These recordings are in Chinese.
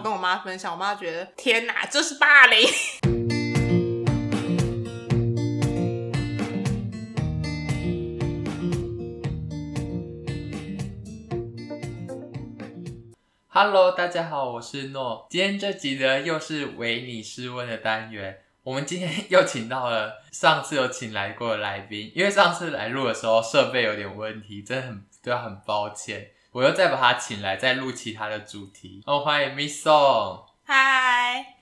跟我妈分享，我妈觉得天哪，这是霸凌。 Hello，大家好，我是诺。今天这集呢，又是为你试问的单元。我们今天又请到了上次有请来过的来宾，因为上次来录的时候设备有点问题，真的很对他很抱歉。我又再把他请来，再录其他的主题。哦，欢迎 Miss Song。嗨，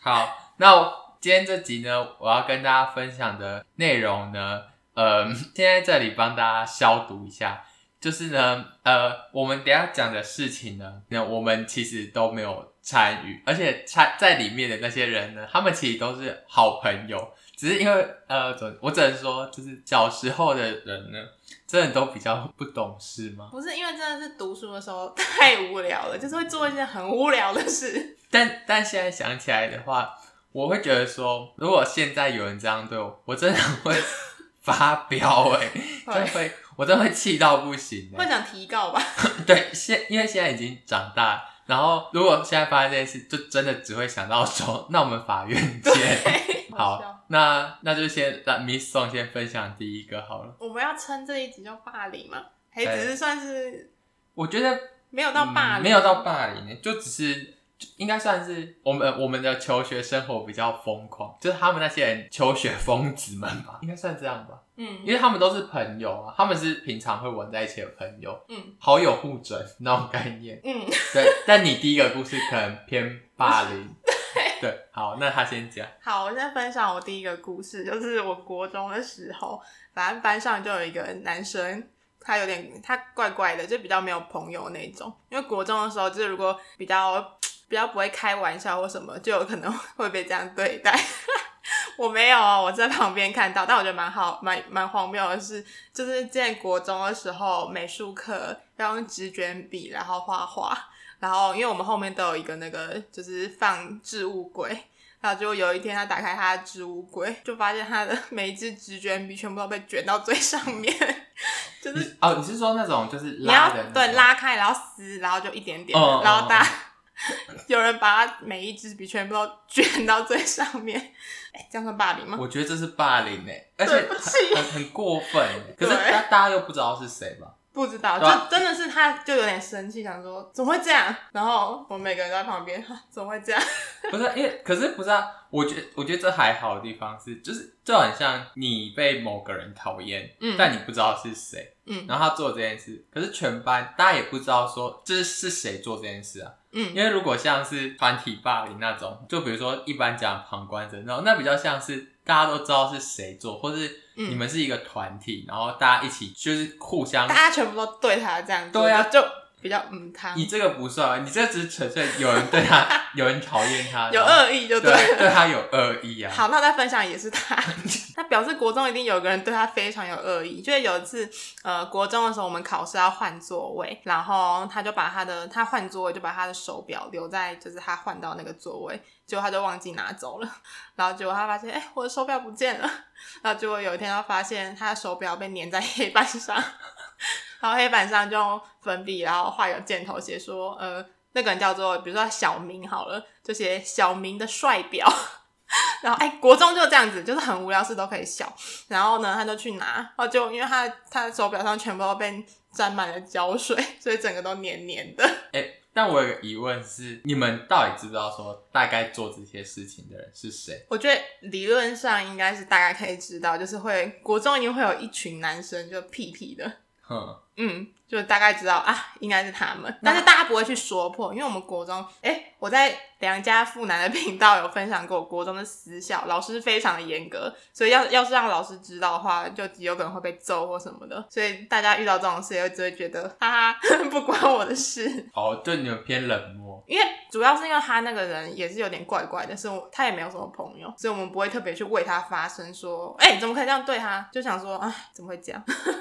好，那我今天这集呢，我要跟大家分享的内容呢，呃，先在这里帮大家消毒一下，就是呢，呃，我们等一下讲的事情呢，那我们其实都没有参与，而且参在里面的那些人呢，他们其实都是好朋友，只是因为呃，怎么我只能说，就是小时候的人呢，真的都比较不懂事吗？不是因为真的是读书的时候太无聊了，就是会做一些很无聊的事。但但现在想起来的话，我会觉得说，如果现在有人这样对我，我真的会发飙哎、欸， 就会我真的会气到不行、会欸。想提告吧？对，现因为现在已经长大，然后如果现在发生这件事，就真的只会想到说，那我们法院见。对，笑 好，那那就先让 Miss Song 先分享第一个好了。我们要称这一集叫霸凌吗？还只是算是我觉得没有到霸凌，嗯没有到霸凌欸，就只是就应该算是我们我们的求学生活比较疯狂，就是他们那些人求学疯子们吧，应该算这样吧，因嗯为他们都是朋友啊，他们是平常会玩在一起的朋友，嗯。好友互整那种概念嗯，对，但你第一个故事可能偏霸 凌，对，好，那他先讲，好，我现在分享我第一个故事，就是我国中的时候，反正班上就有一个男生，他有点他怪怪的，就比较没有朋友那种。因为国中的时候，就是如果比较比较不会开玩笑或什么，就有可能 会被这样对待。 我没有啊，我在旁边看到，但我觉得蛮好，蛮蛮荒谬的是，就是在国中的时候，美术课要用纸卷笔，然后画画，然后因为我们后面都有一个那个就是放置物柜，然后结果有一天，他打开他的置物柜， 就发现他的每一只纸卷笔全部都被卷到最上面，就是哦，你是说那种就是你拉要的，对，拉开，然后撕，然后就一点点，嗯嗯然后大家 有人把他每一支笔全部都卷到最上面， 哎、这样算霸凌吗？我觉得这是霸凌哎、而且对不起很很很过分欸，可是对大大家又不知道是谁吧？不知道，对啊就真的是他就有点生气，想说怎么会这样？然后我们每个人都在旁边， 哈怎么会这样？ 不是，因为可是不是啊？我觉我觉得这还好的地方是，就是这很像你被某个人讨厌，嗯但你不知道是谁，嗯然后他做这件事，可是全班大家也不知道说这是是谁做这件事啊。嗯因为如果像是团体霸凌那种，就比如说一般讲旁观者那种，那比较像是大家都知道是谁做，或是嗯你们是一个团体，然后大家一起就是互相大家全部都对他这样做，对啊就比较嗯他你这个不算，啊你这只是纯粹有人对 他，有人讨厌他，有恶意就对了。对他有恶意啊。好，那我再分享也是他， 他表示国中一定有个人对他非常有恶意。就是有一次，呃，国中的时候我们考试要换座位，然后他就把他的他换座位就把他的手表留在就是他换到那个座位，结果他就忘记拿走了， 然后结果他发现哎、我的手表不见了， 然后结果有一天他发现他的手表被粘在黑板上， 然后黑板上就用粉笔然后画有箭头写说呃。那个人叫做，比如说小明好了，就写小明的帅表，然后哎、国中就这样子，就是很无聊事都可以笑。然后呢，他就去拿，然后就因为他他的手表上全部都被沾满了胶水，所以整个都黏黏的。哎、但我有个疑问是，你们到底知不知道说大概做这些事情的人是谁？我觉得理论上应该是大概可以知道，就是会国中一定会有一群男生就屁屁的，哼，嗯，就大概知道啊，应该是他们，那但是大家不会去说破，因为我们国中，哎、我在良家妇男的频道有分享过，国中的私校老师非常的严格，所以要要是让老师知道的话，就有可能会被揍或什么的，所以大家遇到这种事，也就只会觉得哈 哈，不关我的事。哦，对你们偏冷漠。因为主要是因为他那个人也是有点怪怪的，是我他也没有什么朋友，所以我们不会特别去为他发声，说，哎、怎么可以这样对他？就想说啊，怎么会这样？哦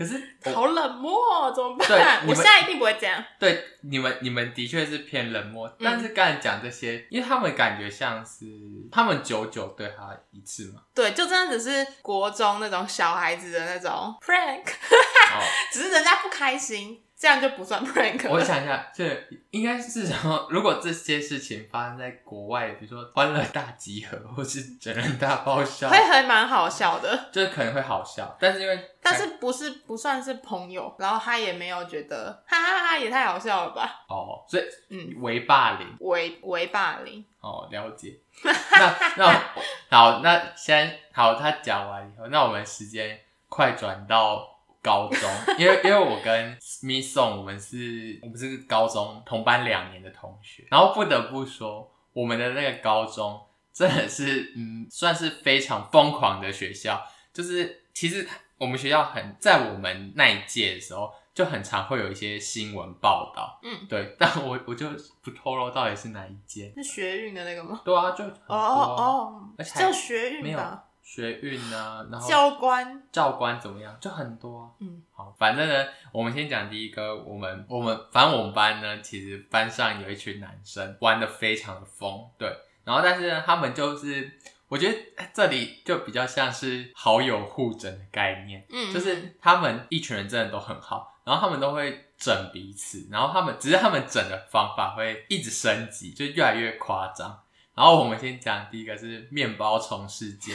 可是我好冷漠、哦，怎么对办？你我们现在一定不会这样。对你们，你们的确是偏冷漠，但是嗯刚才讲这些，因为他们感觉像是他们久久对他一次嘛。对，就真的只是国中那种小孩子的那种 prank， 哦，只是人家不开心，这样就不算 prank 了。我想一下，是应该是然后，如果这些事情发生在国外，比如说欢乐大集合或是整人大爆笑会，还蛮好笑的，就是可能会好笑，但是因为但是不是不算是朋友，然后他也没有觉得哈哈哈也太好笑了吧？哦，所以嗯，为霸凌为为霸凌，哦，了解。那那好，那先好，他讲完以后，那我们时间快转到高中，因为因为我跟 Smith Song 我们是我们是高中同班两年的同学，然后不得不说，我们的那个高中真的是嗯，算是非常疯狂的学校，就是其实我们学校很在我们那一届的时候。就很常会有一些新闻报道，嗯，对，但我我就不透露到底是哪一间，是学运的那个吗？对啊，就很哦多啊哦哦，而且还叫学没运有吧，学运啊，然后教官，教官怎么样，就很多、啊。嗯，好，反正呢，我们先讲第一个，我们我们反正我们班呢，其实班上有一群男生玩的非常的疯，对，然后但是呢，他们就是我觉得哎这里就比较像是好友互整的概念，嗯就是他们一群人真的都很好，然后他们都会整彼此，然后他们只是他们整的方法会一直升级，就越来越夸张。然后我们先讲第一个是面包虫 事件，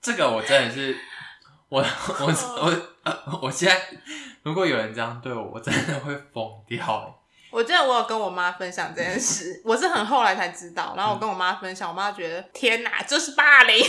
这个我真的是，我我我、 呃我现在如果有人这样对我，我真的会疯掉、欸。我记得我有跟我妈分享这件事，我是很后来才知道，然嗯后我跟我妈分享，我妈觉得天哪，这是霸凌，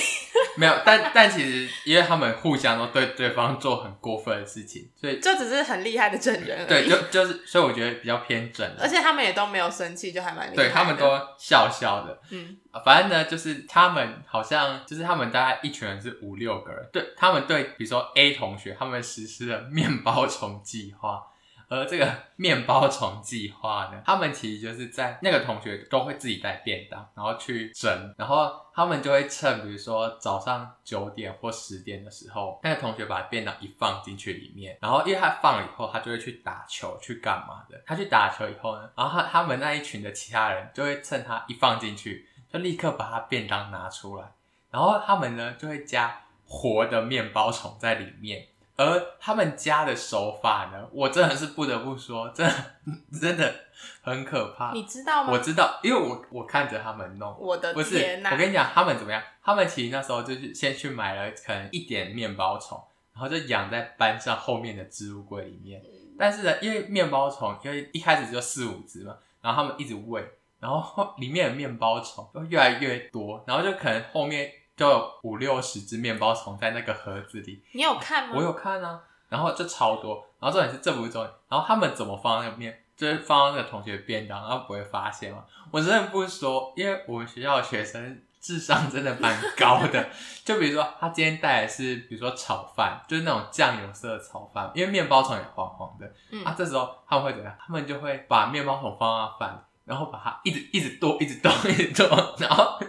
没有，但 但其实因为他们互相都对对方做很过分的事情，所以就只是很厉害的证人而对已，就就是，所以我觉得比较偏整而的，且他们也都没有生气，就还蛮厉害的，对他们都笑笑的。嗯啊反正呢，就是他们好像就是他们大概一群人是五六个人，对他们对比如说 A 同学，他们实施了面包虫计划。 而这个面包虫计划呢，他们其实就是在那个同学都会自己带便当，然后去蒸，然后他们就会趁比如说早上九点或十点的时候，那个同学把便当一放进去里面，然后因为他放了以后，他就会去打球去干嘛的？他去打球以后呢，然后他他们那一群的其他人就会趁他一放进去，就立刻把他便当拿出来，然后他们呢就会加活的面包虫在里面。而他们家的手法呢， 我真的是不得不说，真的 真的很可怕。你知道吗？我知道，因为我我看着他们弄，我的不是天哪！我跟你讲，他们怎么样？他们其实那时候就是先去买了可能一点面包虫，然后就养在班上后面的置物柜里嗯面。但是呢，因为面包虫，因为一开始就四五只嘛，然后他们一直喂，然后里面的面包虫就越来越多，然后就可能后面就有五六十只面包虫在那个盒子里，你有看吗？我有看啊，然后就超多，然后重点是这不是重点，然后他们怎么放那个面，就是放到那个同学便当，然后不会发现吗？我真的不说，因为我们学校的学生智商真的蛮高的，就比如说他今天带的是比如说炒饭，就是那种酱油色的炒饭，因为面包虫也黄黄的，嗯啊，这时候他们会怎么样？他们就会把面包虫放到饭里，然后把它一直一直剁，一直剁， 一直剁，然后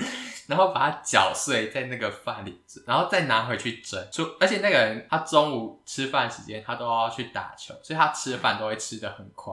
然后把它搅碎在那个饭里，然后再拿回去蒸。就而且那个人他中午吃饭时间他都要去打球，所以他吃饭都会吃的很快。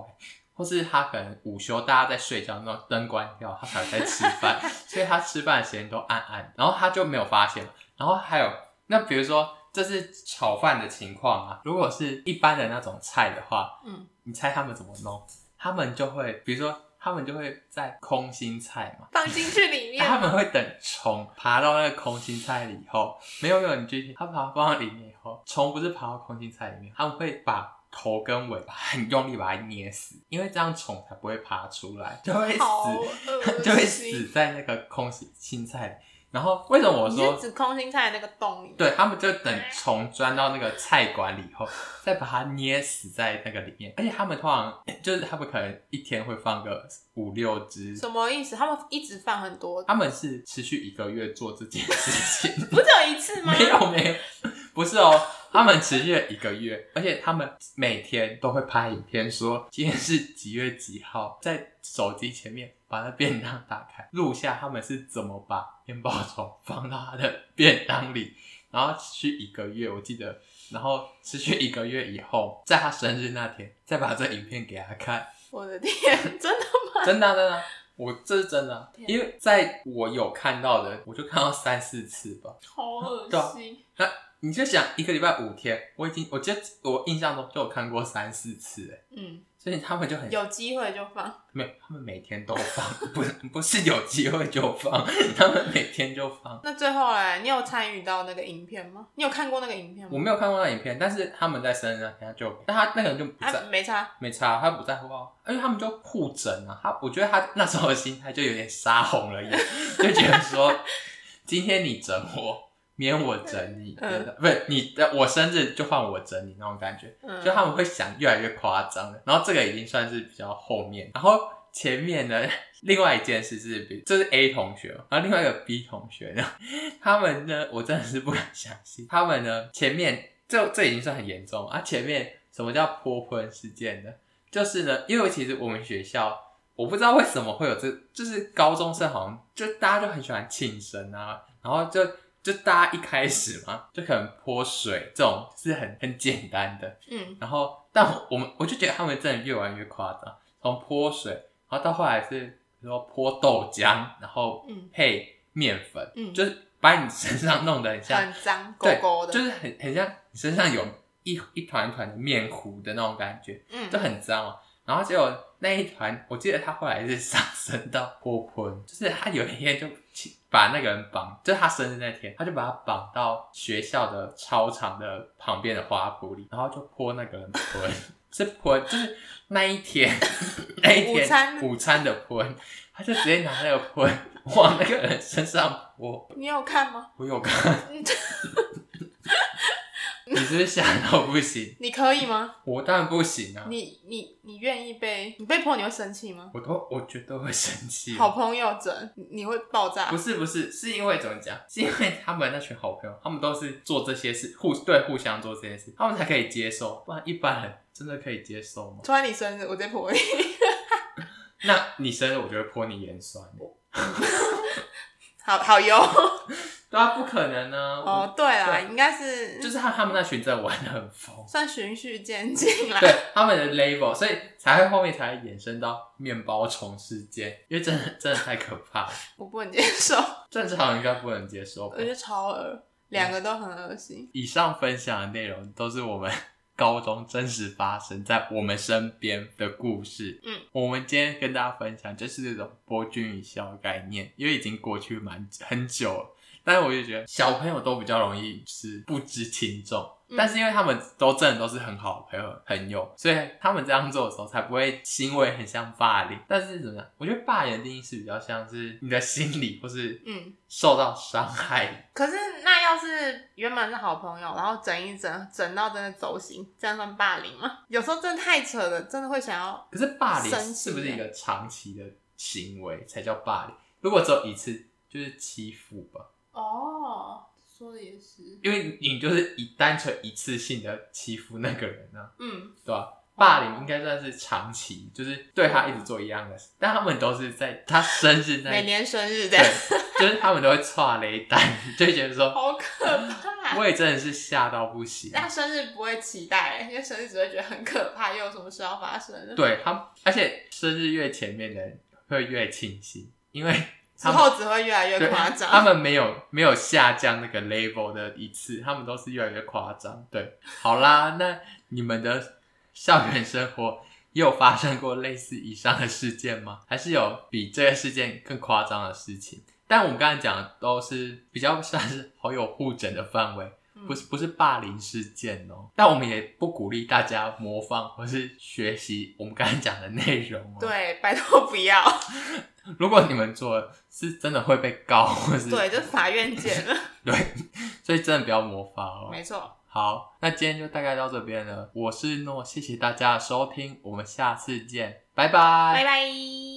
或是他可能午休，大家在睡觉，那种灯关掉，他才在吃饭，所以他吃饭的时间都暗暗，然后他就没有发现嘛。然后还有那比如说这是炒饭的情况啊，如果是一般的那种菜的话，嗯，你猜他们怎么弄？他们就会，比如说他们就会在空心菜嘛，放进去里面他们会等虫爬到那个空心菜里以后，没有没有，你继续，它爬放到里面以后，虫不是爬到空心菜里面，他们会把。头跟尾巴 很用力把它捏死，因为这样虫才不会爬出来，就会好死，恶就会心死在那个空心青菜里。然后为什么我你说是指空心菜的那个洞里？，对他们就等虫钻到那个菜馆里以后，再把它捏死在那个里面。而且他们通常就是他们可能一天会放个五六只，什么意思？他们一直放很多，他们是持续一个月做这件事情，不是有一次吗？ 没有没有，不是哦，他们持续了一个月，而且他们每天都会拍影片说今天是几月几号，在手机前面把那便当打开，录下他们是怎么把面包虫放到他的便当里，然后持续一个月，我记得，然后持续一个月以后，在他生日那天再把这影片给他看，我的天，真的 吗？真的啊、真的啊、我这是真的啊、天因为在我有看到的，我就看到三四次吧。好恶对啊心！那你就想一个礼拜五天，我已经，我觉得我印象中就有看过三四次了，嗯，所以他们就很有机会就放。没有，他们每天都放， 不不是有机会就放， 他们每天就放。那最后嘞，你有参与到那个影片吗？你有看过那个影片吗？我没有看过那影片，但是他们在生日那天他就，但他那个人就不在，啊，没差。没差，他不在乎啊，因为他们就互整啊。他我觉得他那时候的心态就有点杀红了眼，就觉得说，今天你整我，明天我整你，嗯不是你的我生日就换我整你那种感觉，嗯，就他们会想越来越夸张的。然后这个已经算是比较后面，然后前面的 另外一件事是，比这是 A 同学嘛，然后另外一个 B 同学呢， 他们呢，我真的是不敢相信，他们呢前面这这已经算很严重了啊，前面什么叫泼喷事件呢？就是呢，因为其实我们学校。我不知道为什么会有这，就是高中生好像就大家就很喜欢庆生啊，然后就就大家一开始嘛，就可能泼水这种是很很简单的，嗯然后，但我我们我就觉得他们真的越玩越夸张，从泼水，然后到后来是比如说泼豆浆，然后嗯配面粉，嗯，就是把你身上弄得很像，很脏，狗对狗的，就是很很像你身上有一一团一团的面糊的那种感觉，嗯就很脏嘛。然后结果那一团，我记得他后来是上升到泼喷，就是他有一天就去把那个人绑，就是他生日那天，他就把他绑到学校的操场的旁边的花圃里，然后就泼 那个人喷，是喷，就是那一天 那一天午餐午餐的喷，他就直接拿那个喷往那个人身上泼，你有看吗？ 我有看， 嗯你是不是吓到不行？你可以吗？我当然不行啊！你你你愿意被你被泼，你会生气吗？我都我绝对会生气。好朋友整，你你会爆炸不？是不是，是因为怎么讲？是因为他们那群好朋友，他们都是做这些事，互对互相做这些事，他们才可以接受，不然一般人真的可以接受吗？突然你生日，我直接泼你。那你生日我就会泼你盐酸， 好好油对啊，不可能呢、啊。哦，对啦，对应该是就是他他们那群真的玩的很疯， 算循序渐进 啦。对他们的 label，所以才会后面才会衍生到面包虫事件，因为真的真的太可怕了， 我不能接受，正常人应该不能接受吧我觉。得超恶，两个都很恶心。以上分享的内容都是我们 高中真实发生在我们身边的故事。嗯，我们今天跟大家分享就是这种博君一笑的概念，因为已经过去蛮很久了。但是我就觉得小朋友都比较容易就是不知轻重，嗯但是因为他们都真的都是很好的朋友朋友，所以他们这样做的时候才不会行为很像霸凌。但是怎么样？我觉得霸凌的定义是比较像是你的心理或是嗯，受到伤害，可是那要是原本是好朋友，然后整一整，整到真的走心，这样算霸凌吗？有时候真的太扯了，真的会想要可是霸凌生气是不是一个长期的行为才叫霸凌？如果只有一次，就是欺负吧，哦。说的也是，因为你就是以单纯一次性的欺负那个人啊，嗯，对吧、霸凌应该算是长期，就是对他一直做一样的事，但他们都是在他生日那每一年生日这对样，， 就是他们都会踹雷蛋， 就会觉得说，好可 怕。我也真的是吓到不行。但生日不会期待，因为生日只会觉得很可怕，又有什么事要发生了？对他们，而且生日越前面的人会越庆幸，因为之他们后只会越来越对夸张。他们没有没有下降那个 level 的一次，他们都是越来越夸张。对，好啦，那你们的校园生活也有发生过类似以上的事件吗？ 还是有比这个事件更夸张的事情？但我们刚才讲的都是比较算是好友互整的范围，嗯不是不是霸凌事件哦。但我们也不鼓励大家模仿或是学习我们刚才讲的内容哦。，嗯对，拜托不要。如果你们做了，是真的会被告或是对，就是法院见 了，对，所以真的不要模仿哦。没错。好，那今天就大概到这边了。我是诺，谢谢大家的收听，我们下次见，拜拜拜拜。